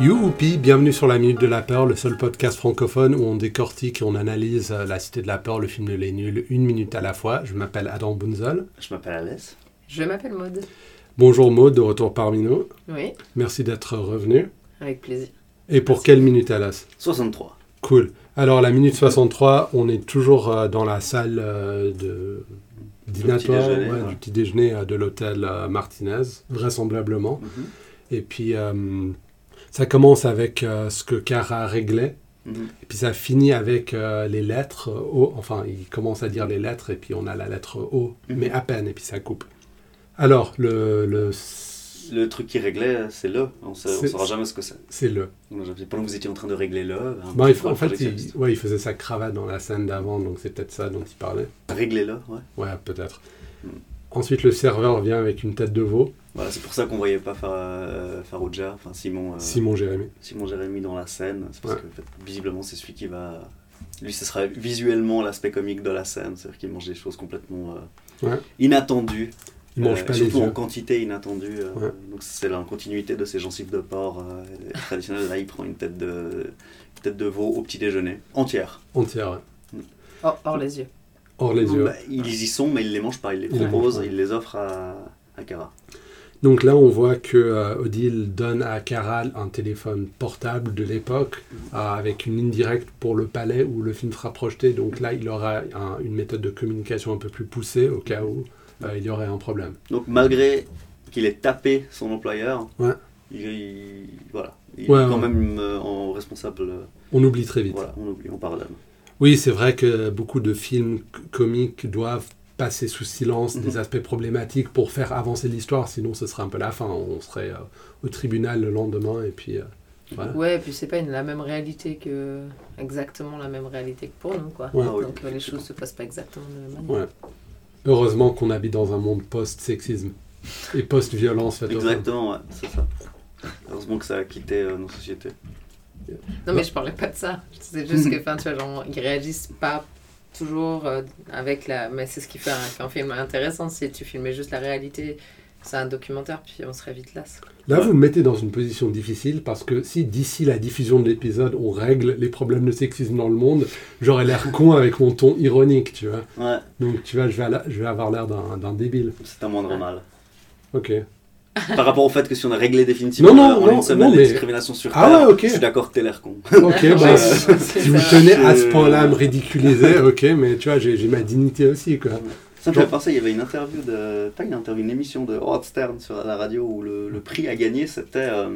Youpi, bienvenue sur la Minute de la Peur, le seul podcast francophone où on décortique et on analyse euh, La Cité de la Peur, le film de Les Nuls, une minute à la fois. Je m'appelle Adam Bunzel. Je m'appelle Alès. Je m'appelle Maude. Bonjour Maud, de retour parmi nous. Oui, Merci d'être revenu. avec plaisir. Et pour quelle minute, Alas 63. Cool. Alors, la Minute 63, on est toujours euh, dans la salle euh, de... Dînatoire, déjeuner, ouais, ouais. du petit déjeuner euh, de l'hôtel euh, Martinez, vraisemblablement. Mhm. Et puis, euh, ça commence avec euh, ce que Cara réglait. Mhm. Et puis ça finit avec euh, les lettres euh, O. Enfin, il commence à dire les lettres et puis on a la lettre O, Mhm. mais à peine, et puis ça coupe. Alors, le, le Le truc qui réglait, c'est là. On ne C'est- saura jamais ce que c'est. c'est le. On a jamais- Pendant que vous étiez en train de régler là, ben, Bon, on Bah, il faut- pourra en fait, parler il, de ça. ouais, il faisait sa cravate dans la scène d'avant, donc c'est peut-être ça dont il parlait. régler là, ouais. Ouais, peut-être. Mhm. Ensuite, le serveur vient avec une tête de veau, Voilà, c'est pour ça qu'on voyait pas Far- euh, Farouja, enfin Simon, euh, Simon Jérémy. Simon Jérémy dans la scène. C'est parce Ouais. que en fait, visiblement, c'est celui qui va. Lui, ce sera visuellement l'aspect comique de la scène, c'est-à-dire qu'il mange des choses complètement euh, Ouais. inattendues, Il mange euh, pas les surtout en yeux. quantité inattendue. euh, Ouais. Donc c'est la continuité de ces gencives de porc euh, traditionnelles. Là, il prend une tête de une tête de veau au petit déjeuner entière. Entière, ouais. Hors, hors les yeux. hors les yeux. Bah, ils y sont, mais il les mange pas. Il les Il les propose, mange pas. il les offre à, à Cara. Donc là, on voit que euh, Odile donne à Caral un téléphone portable de l'époque euh, avec une ligne directe pour le palais où le film sera projeté. Donc là, il aura un- une méthode de communication un peu plus poussée au cas où euh, il y aurait un problème. Donc malgré qu'il ait tapé son employeur, Ouais. il, il- voilà, il Ouais, est quand ouais. même euh, en responsable. euh, On oublie très vite. Voilà, on oublie, on pardonne. Oui, c'est vrai que beaucoup de films c- comiques doivent passer sous silence des Mhm. aspects problématiques pour faire avancer l'histoire, sinon ce serait un peu la fin. On serait euh, au tribunal le lendemain et puis... euh, voilà. Ouais, et puis c'est pas une, la même réalité que. Exactement la même réalité que pour nous, quoi. Ouais. Ah oui, Donc euh, les effectivement. choses se passent pas exactement de la même manière. Ouais. Heureusement qu'on habite dans un monde post-sexisme et post-violence faite aux femmes. Exactement, ouais, c'est ça. Heureusement que ça a quitté euh, nos sociétés. Non, mais je parlais pas de ça. C'est juste que, enfin, tu vois, genre, ils réagissent pas toujours euh, avec la. Mais c'est ce qui fait un, qu'un film intéressant. Si tu filmais juste la réalité, c'est un documentaire, puis on serait vite las. Là, Ouais. vous me mettez dans une position difficile parce que si d'ici la diffusion de l'épisode, on règle les problèmes de sexisme dans le monde, j'aurais l'air con avec mon ton ironique, tu vois. Ouais, Donc, tu vois, je vais, ala- je vais avoir l'air d'un d'un débile. c'est un moindre mal. Ok. Par rapport au fait que si on a réglé définitivement Non, non, euh, en non, une semaine non, les mais- discriminations sur Ah Terre, ouais, ok. je suis d'accord, t'es l'air con. Ok, bah, Ouais, si c'est ça. vous tenez à ce point-là à me ridiculiser, ok, mais tu vois, j'ai j'ai ma dignité aussi, quoi. Ça me fait Genre- penser, il y avait une interview de. Pas une interview, une émission de Howard Stern sur la radio où le, le prix à gagner c'était euh,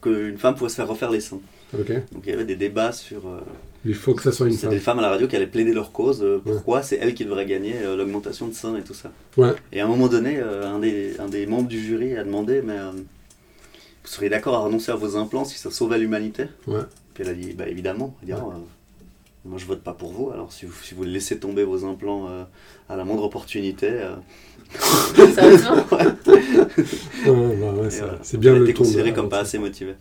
qu'une femme pouvait se faire refaire les seins. Ok. Donc il y avait des débats sur. euh, Il faut que ça soit une c'est des femme. femmes à la radio qui allaient plaider leur cause, euh, Ouais. pourquoi c'est elles qui devraient gagner euh, l'augmentation de seins et tout ça. Ouais. Et à un moment donné, euh, un, des, un des membres du jury a demandé Mais euh, vous seriez d'accord à renoncer à vos implants si ça sauvait l'humanité Ouais. Puis elle a dit Bah évidemment. Elle dit, Ouais. Ah, euh, Moi je vote pas pour vous, alors si vous, si vous laissez tomber vos implants euh, à la moindre opportunité. euh, Sérieusement Ouais, ouais, ouais, et ça- voilà. c'est bien elle le était ton. de- considérée comme pas assez motivée.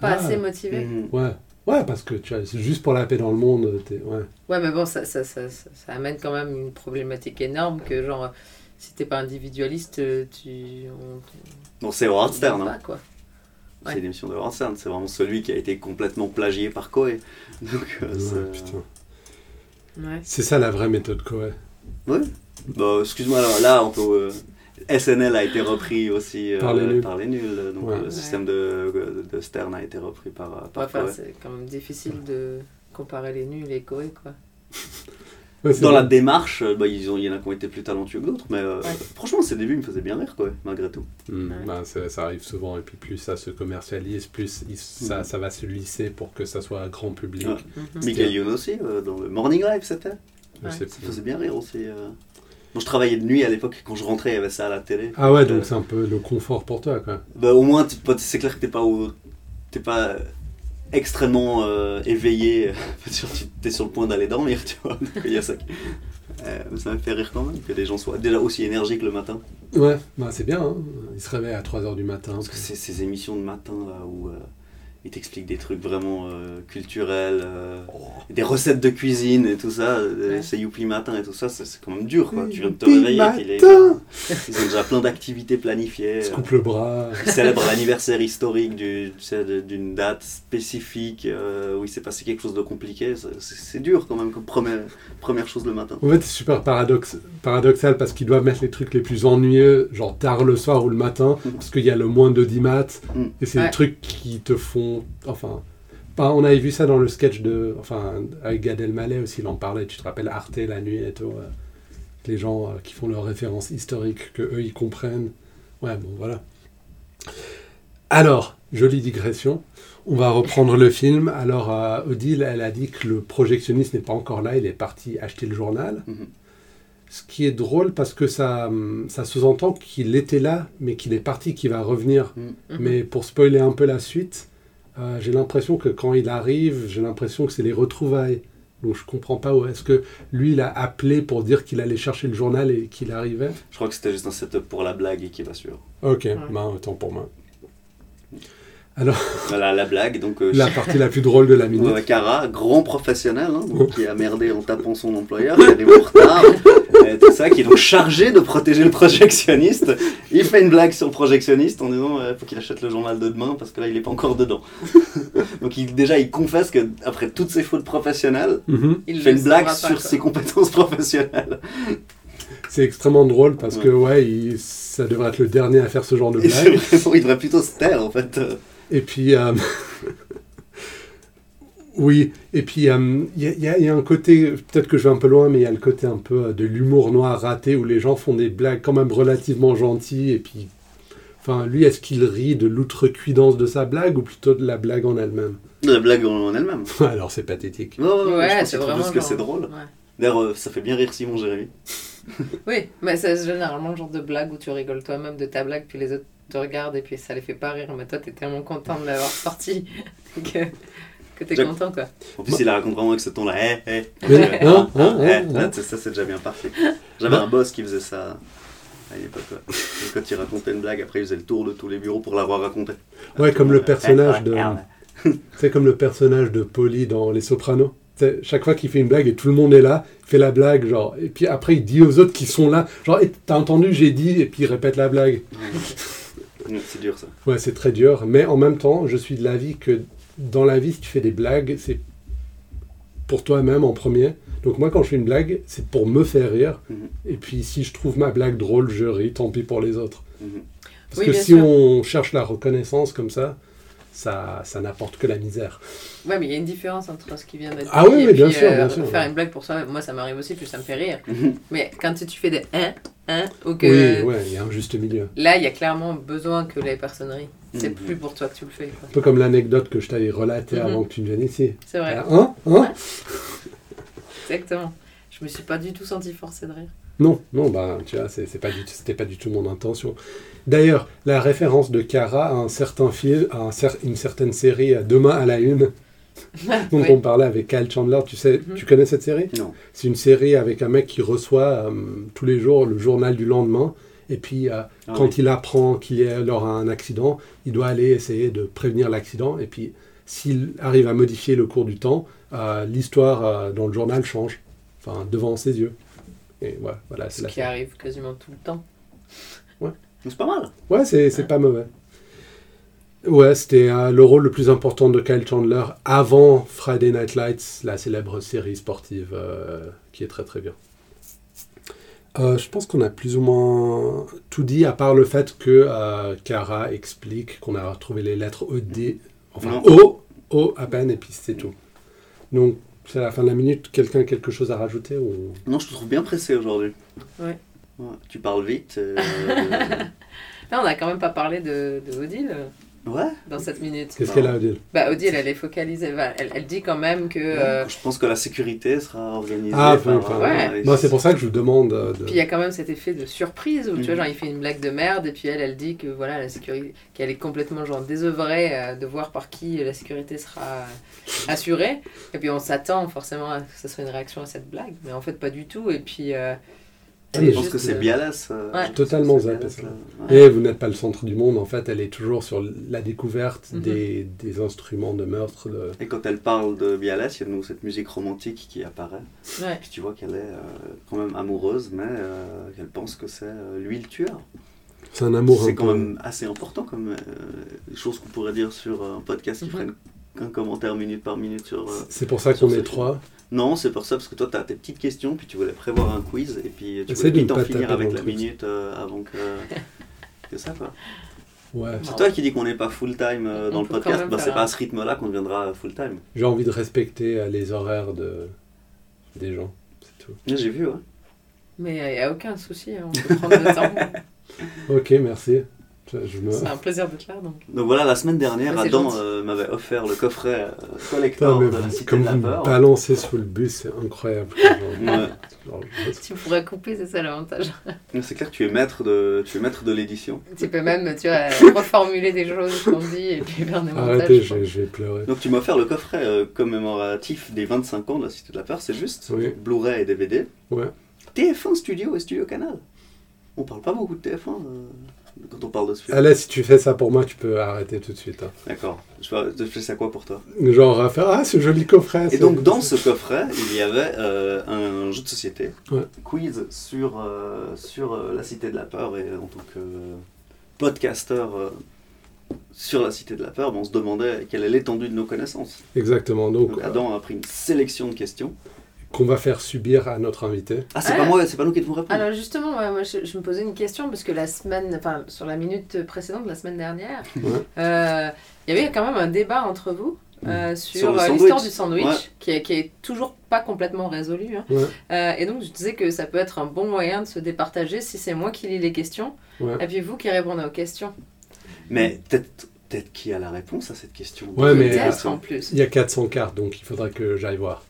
Pas Ah. assez motivé. Mhm. Ouais. Ouais, parce que tu vois, c'est juste pour la paix dans le monde, t'es- ouais. Ouais, mais bon, ça, ça, ça, ça, ça amène quand même une problématique énorme que, genre, si t'es pas individualiste, euh, tu. On, Bon, c'est Howard Stern, hein. pas, quoi. Ouais. c'est l'émission de Howard Stern, c'est vraiment celui qui a été complètement plagié par Coe. Donc, euh, Ouais, c'est- putain. Ouais. C'est ça la vraie méthode Coé. Ouais. Bah, excuse-moi, alors là, on peut. euh, SNL a été repris aussi euh, Par les nuls. nuls, euh, Donc, Ouais. euh, le Ouais. système de, de Stern a été repris par. euh, par Enfin, Poe. c'est quand même difficile de comparer les nuls et les coés, quoi. Ouais, c'est Dans vrai. la démarche, euh, bah, ils ont, il y en a qui ont été plus talentueux que d'autres, mais euh, Ouais. franchement, ces débuts, ils me faisaient bien rire, quoi, malgré tout. Hmm, Ouais. ben, ça, ça arrive souvent, et puis plus ça se commercialise, plus il- ça, Mhm. ça va se lisser pour que ça soit grand public. Ouais. Mhm. Michael Youn aussi, euh, dans le Morning Live, c'était. Je Ouais. sais Ça plus. me faisait bien rire aussi. euh. Moi, je travaillais de nuit à l'époque, quand je rentrais, il y avait ça à la télé. Ah ouais, donc Euh, c'est un peu le confort pour toi, quoi. Bah, au moins, t'es pas- c'est clair que t'es pas, au- t'es pas euh, extrêmement euh, éveillé. Sur- tu- t'es sur le point d'aller dormir, tu vois. Donc, il y a ça. qui- Euh, mais ça me fait rire quand même que les gens soient déjà aussi énergiques le matin. Bah, Ouais, ben, c'est bien, hein. il se réveille à 3h du matin. Parce que c'est ces émissions de matin là où euh, il t'explique des trucs vraiment euh, culturels, euh, des recettes de cuisine et tout ça. euh, Ouais. C'est Youpi Matin et tout ça, c'est c'est quand même dur. Quoi. Tu viens de te Youpi réveiller et puis les Matin gens, ils ont déjà plein d'activités planifiées. euh, se coupe le bras. Ils célèbrent l'anniversaire historique du- tu sais, de- d'une date spécifique euh, où il s'est passé quelque chose de compliqué. C'est- C'est c'est dur quand même comme première, première chose le matin. En fait, c'est super paradoxe, paradoxal parce qu'ils doivent mettre les trucs les plus ennuyeux, genre tard le soir ou le matin, Mm. parce qu'il y a le moins de 10 maths. Mm. Et c'est des Ouais. trucs qui te font. Enfin. pas- on avait vu ça dans le sketch de. Enfin, avec Gad Elmaleh aussi, il en parlait. Tu te rappelles Arte la nuit et tout. euh, les gens euh, qui font leurs références historiques, que eux ils comprennent. Ouais, bon, voilà. Alors, jolie digression. On va reprendre le film. Alors, euh, Odile, elle a dit que le projectionniste n'est pas encore là. Il est parti acheter le journal. Mhm. Ce qui est drôle parce que ça, hum, ça sous-entend qu'il était là, mais qu'il est parti, qu'il va revenir. Mm. Mhm. Mais pour spoiler un peu la suite, euh, j'ai l'impression que quand il arrive, j'ai l'impression que c'est les retrouvailles. Donc je comprends pas où est-ce que lui il a appelé pour dire qu'il allait chercher le journal et qu'il arrivait. Je crois que c'était juste un setup pour la blague et qui va suivre. Ok, ben, autant pour moi. Voilà la blague. Donc, euh, La partie la plus drôle de la minute. Euh, Cara, grand professionnel, hein, donc, qui a merdé en tapant son employeur, qui arrive en retard, euh, tout ça, qui est donc chargé de protéger le projectionniste. Il fait une blague sur le projectionniste en disant euh, faut qu'il achète le journal de demain parce que là il est pas encore dedans. donc il, déjà il confesse que après toutes ses fautes professionnelles, Mhm. il le fait une blague saura pas, sur quoi. ses compétences professionnelles. C'est extrêmement drôle parce que ouais, il- ça devrait être le dernier à faire ce genre de Et c'est blague. vraiment- il devrait plutôt se taire en fait. euh. Et puis, euh, oui, et puis euh, il y, a- il y a- il y a un côté, peut-être que je vais un peu loin, mais il y a le côté un peu euh, de l'humour noir raté où les gens font des blagues quand même relativement gentilles. Et puis, enfin, lui, est-ce qu'il rit de l'outrecuidance de sa blague ou plutôt de la blague en elle-même La blague en en elle-même. Alors, c'est pathétique. Ouais, ouais, ouais, je pense Ouais, qu'il c'est trouve vraiment. juste que genre- c'est drôle. ouais. D'ailleurs, euh, ça fait bien rire Simon Jérémy. Oui, mais c'est généralement le genre de blague où tu rigoles toi-même de ta blague, puis les autres te regardent et puis ça les fait pas rire. Mais toi, t'es tellement content de l'avoir sorti que, que t'es Jack- content, quoi. En plus, il la raconte vraiment avec ce ton-là. Eh, eh, Mais, hein, hein, Bah. Ouais, hein, là, hein. tu sais, ça, c'est déjà bien parfait. J'avais un boss qui faisait ça à l'époque. ouais. Et Quand il racontait une blague, après, il faisait le tour de tous les bureaux pour l'avoir racontée. Ouais, comme le Ah, personnage de. Ouais, C'est comme le personnage de Polly dans Les Sopranos. T'sais, chaque fois qu'il fait une blague et tout le monde est là, il fait la blague, genre, et puis après il dit aux autres qui sont là, genre, Eh, t'as entendu, j'ai dit, et puis il répète la blague. ouais. Mm, C'est dur, ça. Ouais, c'est très dur, mais en même temps, je suis de l'avis que dans la vie, si tu fais des blagues, c'est pour toi-même en premier. Donc moi, quand je fais une blague, c'est pour me faire rire, Mhm. et puis si je trouve ma blague drôle, je ris, tant pis pour les autres. Mhm. Parce Oui, que bien si sûr. on cherche la reconnaissance comme ça, ça, ça n'apporte que la misère. Ouais, mais il y a une différence entre ce qui vient d'être Ah dit oui, et oui, bien puis, euh, sûr, bien sûr, faire ouais. une blague pour soi. Moi, ça m'arrive aussi, puis ça me fait rire. Mhm. Mais quand tu tu fais des hein, hein, ou que Oui, ouais, il y a un juste milieu. là, il y a clairement besoin que les personnes rient. C'est Mhm. plus pour toi que tu le fais. quoi. Un peu comme l'anecdote que je t'avais relatée Mhm. avant que tu ne viennes ici. C'est vrai, Ah, Hein Hein exactement. Je me suis pas du tout senti forcée de rire. Non, non, bah, tu vois, c'est c'est pas du tout- c'était pas du tout mon intention. D'ailleurs, la référence de Cara à un certain film, à un cer- une certaine série, à Demain à la Une, dont Oui. on parlait avec Kyle Chandler, tu sais, Mhm. tu connais cette série Non. C'est une série avec un mec qui reçoit euh, tous les jours le journal du lendemain, et puis euh, Ah quand oui. il apprend qu'il y a- il aura un accident, il doit aller essayer de prévenir l'accident. Et puis, s'il arrive à modifier le cours du temps, euh, l'histoire euh, dans le journal change, enfin, devant ses yeux. Et voilà, voilà c'est Ce la qui arrive quasiment tout le temps. C'est pas mal. Ouais, c'est c'est pas mauvais. Ouais, c'était euh, le rôle le plus important de Kyle Chandler avant Friday Night Lights, la célèbre série sportive euh, qui est très très bien. Euh, je pense qu'on a plus ou moins tout dit, à part le fait que euh, Cara explique qu'on a retrouvé les lettres O, D, enfin Non. O, O à peine, et puis c'est tout. Donc, c'est à la fin de la minute, quelqu'un a quelque chose à rajouter ou... Non, je te trouve bien pressé aujourd'hui. Ouais. Ouais, Tu parles vite. euh, Là, on n'a quand même pas parlé de, de Odile euh, ouais. dans cette minute. Qu'est-ce qu'elle a à dire Bah, Odile, elle est focalisée. bah, elle, elle dit quand même que. euh, Je pense que la sécurité sera organisée. Ah, enfin, ouais. Non, c'est pour ça que je vous demande euh, de... Puis il y a quand même cet effet de surprise où tu vois, Mhm. genre, il fait une blague de merde et puis elle, elle dit que voilà, la sécurité, qu'elle est complètement genre désœuvrée euh, de voir par qui la sécurité sera euh, assurée. Et puis on s'attend forcément à ce que ce soit une réaction à cette blague, mais en fait pas du tout. Et puis euh, Oui, Ah, Je pense que c'est euh, Bialas. euh, Ouais. je Totalement pense que c'est zappé, Bialas, ça. là. Ouais. Et vous n'êtes pas le centre du monde, en fait, elle est toujours sur la découverte Mhm. des, des instruments de meurtre. de- Et quand elle parle de Bialas, il y a de nouveau cette musique romantique qui apparaît. Ouais. Puis tu vois qu'elle est euh, quand même amoureuse, mais euh, qu'elle pense que c'est euh, lui le tueur. C'est un amour un C'est quand peu- même assez important comme euh, chose qu'on pourrait dire sur euh, un podcast qui Mhm. prenne un commentaire minute par minute sur. euh, C'est pour ça sur qu'on ce est film. trois. Non, c'est pour ça, parce que toi, tu as tes petites questions, puis tu voulais prévoir un quiz, et puis tu Essaie voulais de vite ne en pas finir taper avec dans la le truc. minute euh, avant que, que ça, quoi. Ouais. C'est toi qui dis qu'on n'est pas full-time euh, On dans le peut quand podcast, même bah, faire c'est pas un- à ce rythme-là qu'on deviendra full-time. J'ai envie de respecter euh, les horaires de... des gens. C'est tout. Ouais, J'ai vu, hein. ouais. euh, Mais il n'y a aucun souci, hein, on peut prendre le temps. Ok, merci. Je, je me... C'est un plaisir d'être là. Donc. Donc voilà, la semaine dernière, Ouais, Ah, c'est Adam gentil. euh, m'avait offert le coffret euh, Putain, collector mais de la vous- Cité comme de la vous Peur. me balancez sous le bus, c'est incroyable. Genre, Ouais. genre, Tu pourrais couper, c'est ça l'avantage. Mais C'est clair, que tu es maître de, tu es maître de l'édition. Tu peux même tu vois, reformuler des choses qu'on dit et puis faire des montages. Arrêtez, je j'ai- je vais pleurer. Donc tu m'as offert le coffret euh, commémoratif des 25 ans de la Cité de la Peur, c'est juste Oui. Blu-ray et DVD. Ouais. TF1 Studio et Studio Canal. On parle pas beaucoup de TF1 euh, quand on parle de ce film. Allez, si tu fais ça pour moi, tu peux arrêter tout de suite. hein. D'accord. Je fais- je fais ça quoi pour toi Genre, euh, faire Ah, ce joli coffret. Et c'est- donc dans ce coffret, il y avait euh, un jeu de société, Ouais. quiz sur, euh, sur euh, la Cité de la Peur et en tant que euh, podcasteur euh, sur la Cité de la Peur, ben, on se demandait quelle est l'étendue de nos connaissances. Exactement, donc, Donc euh, Adam a pris une sélection de questions. qu'on va faire subir à notre invité. Ah c'est Ah. pas moi, c'est pas nous qui devons répondre. Alors justement, ouais, moi, je, je me posais une question parce que la semaine, enfin sur la minute précédente, la semaine dernière, Ouais. euh, il y avait quand même un débat entre vous euh, Mm. Sur sur, le euh, sandwich. l'histoire du sandwich Ouais. qui, est, qui est toujours pas complètement résolue. hein. Ouais. Euh, et donc je disais que ça peut être un bon moyen de se départager si c'est moi qui lis les questions Ouais. et puis vous qui répondez aux questions. Mais peut-être peut-être qui a la réponse à cette question Ouais, mais, euh, Peut-être en plus. Il y a 400 cartes, donc il faudra que j'aille voir.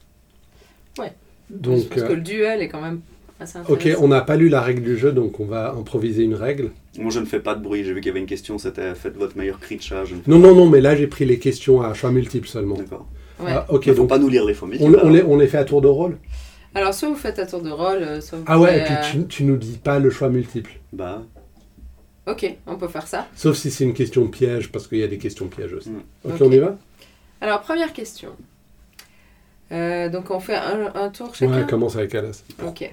Ouais. je Donc, pense que euh, le duel est quand même assez intéressant. ok, on n'a pas lu la règle du jeu, donc on va improviser une règle. hein. Moi je ne fais pas de bruit, j'ai vu qu'il y avait une question, c'était faites votre meilleur cri de chat. Je ne fais Non, non, non, mais là j'ai pris les questions à choix multiples seulement. D'accord. Ouais. Ah, ok, Il faut donc pas euh, nous lire les fourmis. on, on les, on les fait à tour de rôle Alors soit vous faites à tour de rôle, euh, soit vous Ah ouais, et faites, puis euh, tu, tu nous dis pas le choix multiple. Bah, Ok, on peut faire ça. Sauf si c'est une question piège, parce qu'il y a des questions pièges aussi. Mm. ok, Ok. on y va Alors, première question. Euh, donc, on fait un, un tour chacun Ouais, commence avec Alas. Ok.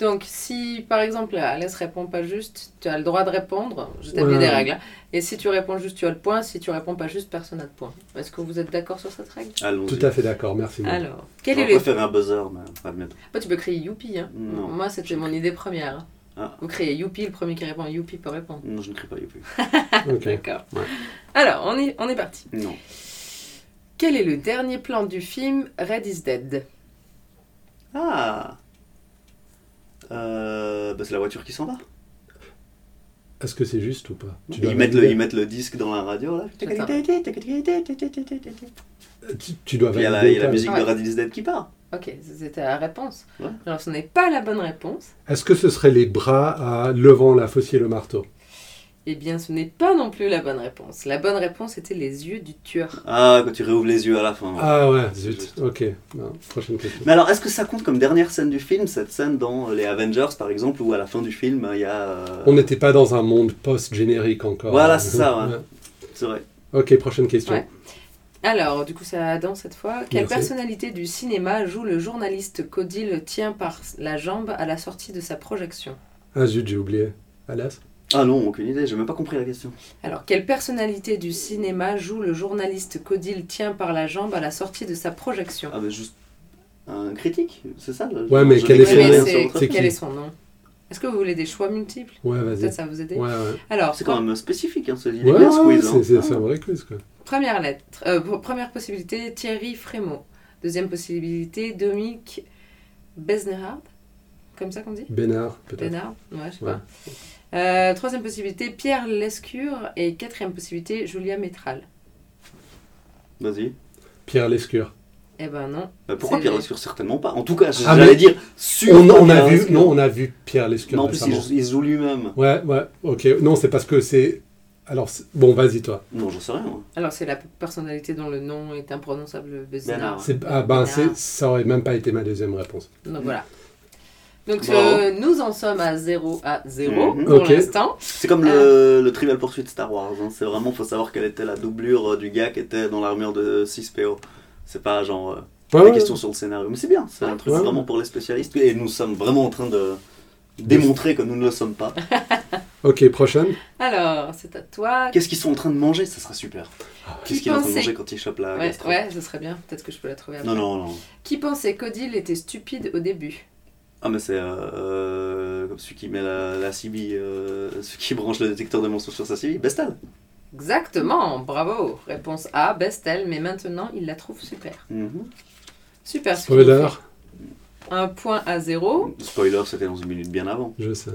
Donc, si par exemple Alès répond pas juste, tu as le droit de répondre. Je t'ai Ouais. mis des règles. hein. Et si tu réponds juste, tu as le point. Si tu réponds pas juste, personne n'a de point. Est-ce que vous êtes d'accord sur cette règle allons-y. Tout à fait d'accord, merci. Mo. Alors, On quel est le. préfère un buzzer, mais admettons. Bah, tu peux crier youpi. Hein. Non. Moi, c'était mon idée première. Ah. Vous criez youpi, le premier qui répond youpi peut répondre. Non, je ne crie pas Youpi. Ok. D'accord. Ouais. Alors, on est, on est parti. Non. Quel est le dernier plan du film Red is Dead Ah euh, bah, C'est la voiture qui s'en va. Est-ce que c'est juste ou pas Tu dois Ils mettent, le, valider. ils mettent le disque dans la radio, là. Puis Attends. il Tu, tu dois y valider. a la, il y a la toi. musique de Ouais. Radis Dead qui part. Ok, c'était la réponse. Ouais. Alors, ce n'est pas la bonne réponse. Est-ce que ce serait les bras à levant la faucille et le marteau Eh bien, ce n'est pas non plus la bonne réponse. La bonne réponse était les yeux du tueur. Ah, quand tu réouvres les yeux à la fin. Ah ouais, zut. Juste. Ok. Non, prochaine question. Mais alors, est-ce que ça compte comme dernière scène du film, cette scène dans euh, les Avengers, par exemple, où à la fin du film, il y a... euh, On n'était pas dans un monde post-générique encore. Voilà, c'est ça, ouais. C'est vrai. Ok, prochaine question. Ouais. Alors, du coup, c'est à Adam cette fois. Quelle Merci. personnalité du cinéma joue le journaliste qu'Odile tient par la jambe à la sortie de sa projection Ah zut, j'ai oublié. Alas Ah non, aucune idée, j'ai même pas compris la question. Alors, quelle personnalité du cinéma joue le journaliste qu'Odile tient par la jambe à la sortie de sa projection Ah, mais juste... Un critique, c'est ça là, Ouais, mais je quel est m'écris son Oui, rien nom mais sur c'est- votre- C'est Quel qui est son nom Est-ce que vous voulez des choix multiples Ouais, vas-y. Peut-être ça va vous aider. Ouais, ouais. Alors, C'est quand même spécifique, hein, ce il est Ouais, bien ouais, squeeze. hein. c'est c'est- Ah. c'est un vrai quiz, quoi. Première lettre, euh, pr- première possibilité, Thierry Frémaux. Deuxième possibilité, Dominique Besnerhard. Comme ça qu'on dit Bénard, peut-être. Besnerhard Ouais, je sais Ouais. pas. Euh, troisième possibilité, Pierre Lescure. Et quatrième possibilité, Julia Métral. Vas-y. Pierre Lescure. Eh ben non. Bah, pourquoi C'est- Pierre Lescure Certainement pas. En tout cas, Ah, j'allais mais- dire sûr. On, on a Pierre vu, Lescure. non, on a vu Pierre Lescure. Non, en plus, il récemment. joue, il joue lui-même. Ouais, ouais, ok. Non, c'est parce que c'est. Alors, c'est- bon, vas-y, toi. Non, j'en sais rien. hein. moi. Alors, c'est la personnalité dont le nom est imprononçable, Besnard. Besnerhard. C'est- Ah ben, Bénard. c'est- ça aurait même pas été ma deuxième réponse. Donc voilà. Donc Bravo. euh, nous en sommes à 0 à 0 Mhm. pour Ok. l'instant. C'est comme Ah. le, le Trivial Pursuit Star Wars. hein. C'est vraiment, faut savoir quelle était la doublure euh, du gars qui était dans l'armure de 6PO. C'est pas genre euh, Ah Ouais, des ouais. questions sur le scénario. Mais c'est bien, c'est un truc Ouais. vraiment pour les spécialistes. Et nous sommes vraiment en train de démontrer que nous ne le sommes pas. Ok, prochaine. Alors, c'est à toi. Qu'est-ce qu'ils sont en train de manger Ça sera super. Qu'est-ce qu'il est en train de pensait- manger quand il chope la Ouais, gastro ouais, ce serait bien. Peut-être que je peux la trouver après. Non, non, non. Qui pensait qu'Odile était stupide au début Ah, mais c'est euh, euh, comme celui qui met la, la CB, euh, celui qui branche le détecteur de mensonges sur sa CB, Bestal. Exactement, bravo. Réponse A, Bestel, mais maintenant il la trouve super. Mhm. Super. ce qui nous Spoiler, fait Un point à zéro. Oh. Spoiler, c'était dans une minute bien avant. je sais.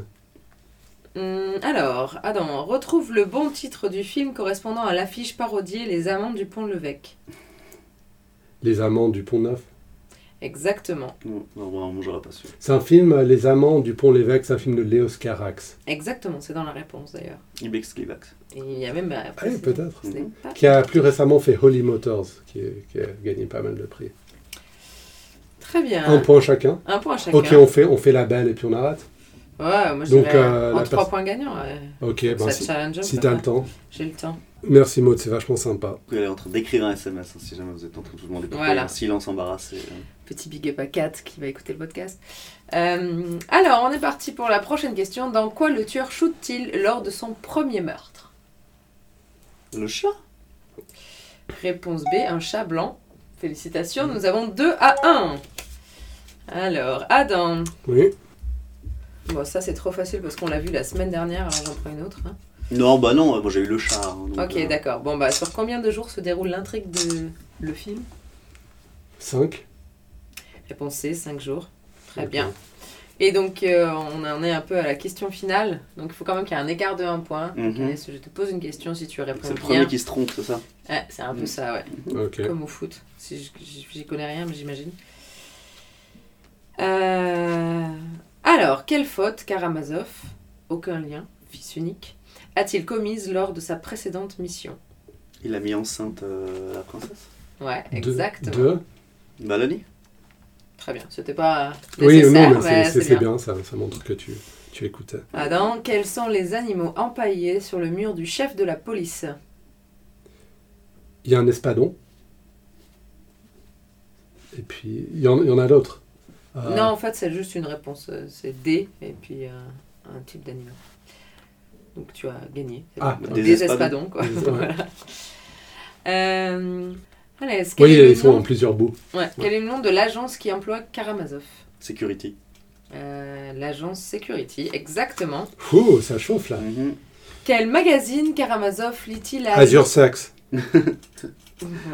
Hum, alors, Adam, retrouve le bon titre du film correspondant à l'affiche parodiée Les Amants du Pont Levêque. Les Amants du Pont Neuf. Exactement, Non, non vraiment, j'aurais pas su. C'est un film, euh, Les Amants du Pont Lévêque, c'est un film de Léos Carax. exactement, c'est dans la réponse d'ailleurs. Ibex Clivax. Et Il y a même. bah, Ah oui, peut-être. Ce n'est pas- Qui a plus récemment fait Holy Motors, qui, est- qui a gagné pas mal de prix. Très bien. Un point chacun. Un point chacun. Ok, on fait, on fait la belle et puis on arrête. Ouais, moi je Donc, dirais euh, en la trois personne- points gagnants. ouais. Ok, ben, Ça si, challenge un si peu, t'as le ouais. temps. J'ai le temps. Merci Maud, c'est vachement sympa. Elle est en train d'écrire un SMS hein, si jamais vous êtes en train de vous demander pourquoi il y Voilà. a un silence embarrassé. hein. Petit big up à Kat qui va écouter le podcast. Euh, alors, on est parti pour la prochaine question. Dans quoi le tueur shoot-il lors de son premier meurtre Le chat Réponse B, un chat blanc. Félicitations, nous avons 2 à 1. Alors, Adam. Oui. Bon, ça c'est trop facile parce qu'on l'a vu la semaine dernière, alors j'en prends une autre. hein. Non, bah non, euh, moi j'ai eu le chat. hein, donc, Ok, euh, d'accord. Bon, bah, sur combien de jours se déroule l'intrigue de le film 5. Réponse C, 5 jours. Très bien. Et donc, euh, on en est un peu à la question finale. Donc, il faut quand même qu'il y ait un écart de 1 point. Mmh. Mhm. Donc, Anaïs, je te pose une question si tu réponds C'est le bien. premier qui se trompe, c'est ça Ouais, c'est un peu Mm. ça, ouais. Mmh. Ok. Comme au foot. Si je- j- J'y connais rien, mais j'imagine. Euh, Alors, quelle faute Karamazov, aucun lien, fils unique, a-t-il commise lors de sa précédente mission Il a mis enceinte euh, la princesse Ouais, Deux- exactement. deux. Mélanie Très bien. C'était pas Oui, non, nécessaire, mais c'est- c'est c'est bien, ça, ça montre que tu, tu écoutais. Adam, Ah, quels sont les animaux empaillés sur le mur du chef de la police Il y a un espadon. Et puis, il y en, il y en a d'autres. Euh, Non, en fait, c'est juste une réponse. euh, C'est D et puis euh, un type d'animal. Donc tu as gagné. C'est Ah, bon. des des, espadons. espadons, quoi. Des- ouais. Voilà. Euh, allez, est-ce quel Oui, est le ils sont nom- en plusieurs bouts. ouais, quel est le nom de l'agence qui emploie Karamazov Security. Euh, L'agence Security, exactement. Ouh, ça chauffe là. Mhm. Quel magazine Karamazov lit-il à Euh, Azure Sax.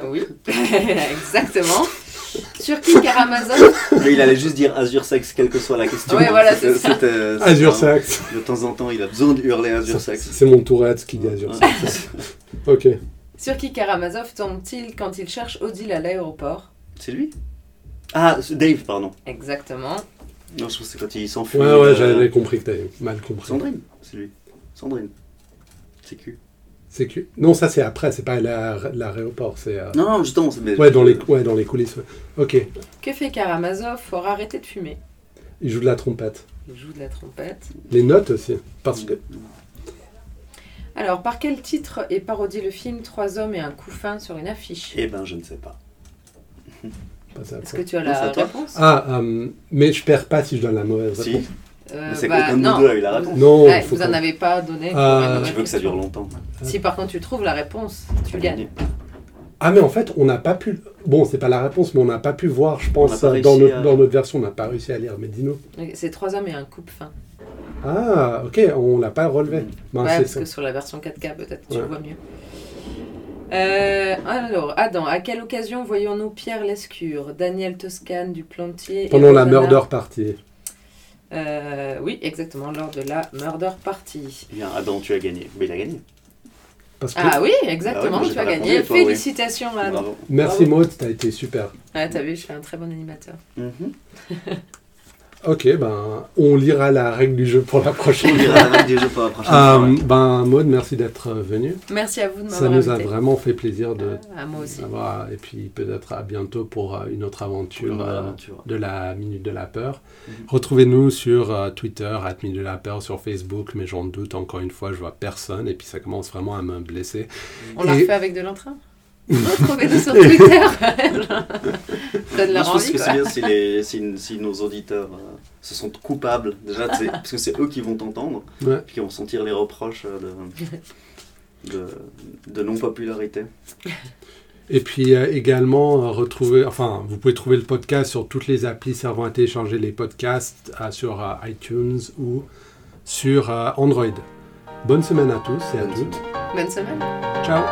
Oui, exactement. Sur qui Karamazov Mais il allait juste dire Azure Sex, quelle que soit la question. hein. Ouais, voilà, C'était- c'est ça. c'était- euh, c'était Azure vraiment- Sax. De temps en temps, il a besoin de hurler Azure Ça, Sex. C'est mon tourette qui dit Azure Sax. Ok. Sur qui Karamazov tombe-t-il quand il cherche Odile à l'aéroport C'est lui Ah, c'est Dave, pardon. Exactement. Non, je pense que c'est quand il s'enfuit. Ouais, ouais, euh, j'avais compris que t'avais mal compris. Sandrine, c'est lui. Sandrine. C'est cul. C'est que... Non, ça c'est après, c'est pas à la- l'aéroport, c'est... euh, Non, non, justement, c'est. mais- Ouais, dans les, ouais, dans les coulisses. ouais. Ok, Que fait Karamazov pour arrêter de fumer il joue de la trompette. Il joue de la trompette. Les notes aussi, parce que... Alors, par quel titre est parodié le film Trois hommes et un couffin sur une affiche Eh ben, je ne sais pas. pas ça, Est-ce quoi. que tu as Non, c'est la à toi. réponse Ah, euh, mais je perds pas si je donne la mauvaise Si. réponse. Euh, Mais c'est qu'aucun de nous non. deux a eu la réponse. Oh, Non, Ouais, faut vous n'en pas. avez pas donné. pour Ah. une Tu Je nouvelle veux que ça question. dure longtemps. Si par contre tu trouves la réponse, tu gagnes. Ah, mais en fait, on n'a pas pu... Bon, c'est pas la réponse, mais on n'a pas pu voir, je On n'a pense, pas euh, dans, réussi notre, à- dans notre version, on n'a pas réussi à lire, mais dis-nous. C'est Trois hommes et un coupe-fin. Ah, ok, on l'a pas relevé. Mm. Ben, ouais, c'est parce ça. que sur la version 4K, peut-être tu Ouais. le vois mieux. Euh, alors, Adam, à quelle occasion voyons-nous Pierre Lescure, Daniel Toscane du Plantier et Pendant la Rosanna- murder party. Euh, Oui, exactement, lors de la Murder Party. Eh Bien, Adam, tu as gagné. Mais il a gagné. Parce que... Ah oui, exactement, Ah oui, j'ai tu as pas gagné. répondu, toi, oui. Félicitations, Adam. Bravo. Merci Maud, t'as été super. Mhm. Ouais, t'as vu, je suis un très bon animateur. Mhm. Ok, ben, on lira la règle du jeu pour la prochaine. On ira la règle du jeu pour la prochaine fois. Euh, ouais. ben, Maud, merci d'être venue. Merci à vous de Ça m'avoir nous a invité. vraiment fait plaisir de Ah, à moi aussi. savoir. Et puis peut-être à bientôt pour euh, une autre Pour une aventure nouvelle euh, aventure. de la Minute de la Peur. Mhm. Retrouvez-nous sur euh, Twitter, at Minute de la Peur, sur Facebook, mais j'en doute encore une fois, je vois personne. Et puis ça commence vraiment à me blesser. On l'a Et- refait avec de l'entrain. Retrouvez-nous sur Twitter. Donne Moi, leur je pense envie, que quoi. c'est bien si, les, si, si nos auditeurs euh, se sentent coupables, déjà, tu sais, parce que c'est eux qui vont t'entendre, Ouais. puis qui vont sentir les reproches euh, de, de, de non-popularité. Et puis euh, également, euh, retrouver, enfin, vous pouvez trouver le podcast sur toutes les applis servant à télécharger les podcasts euh, sur euh, iTunes ou sur euh, Android. Bonne semaine à tous et à toutes. Bonne semaine. Ciao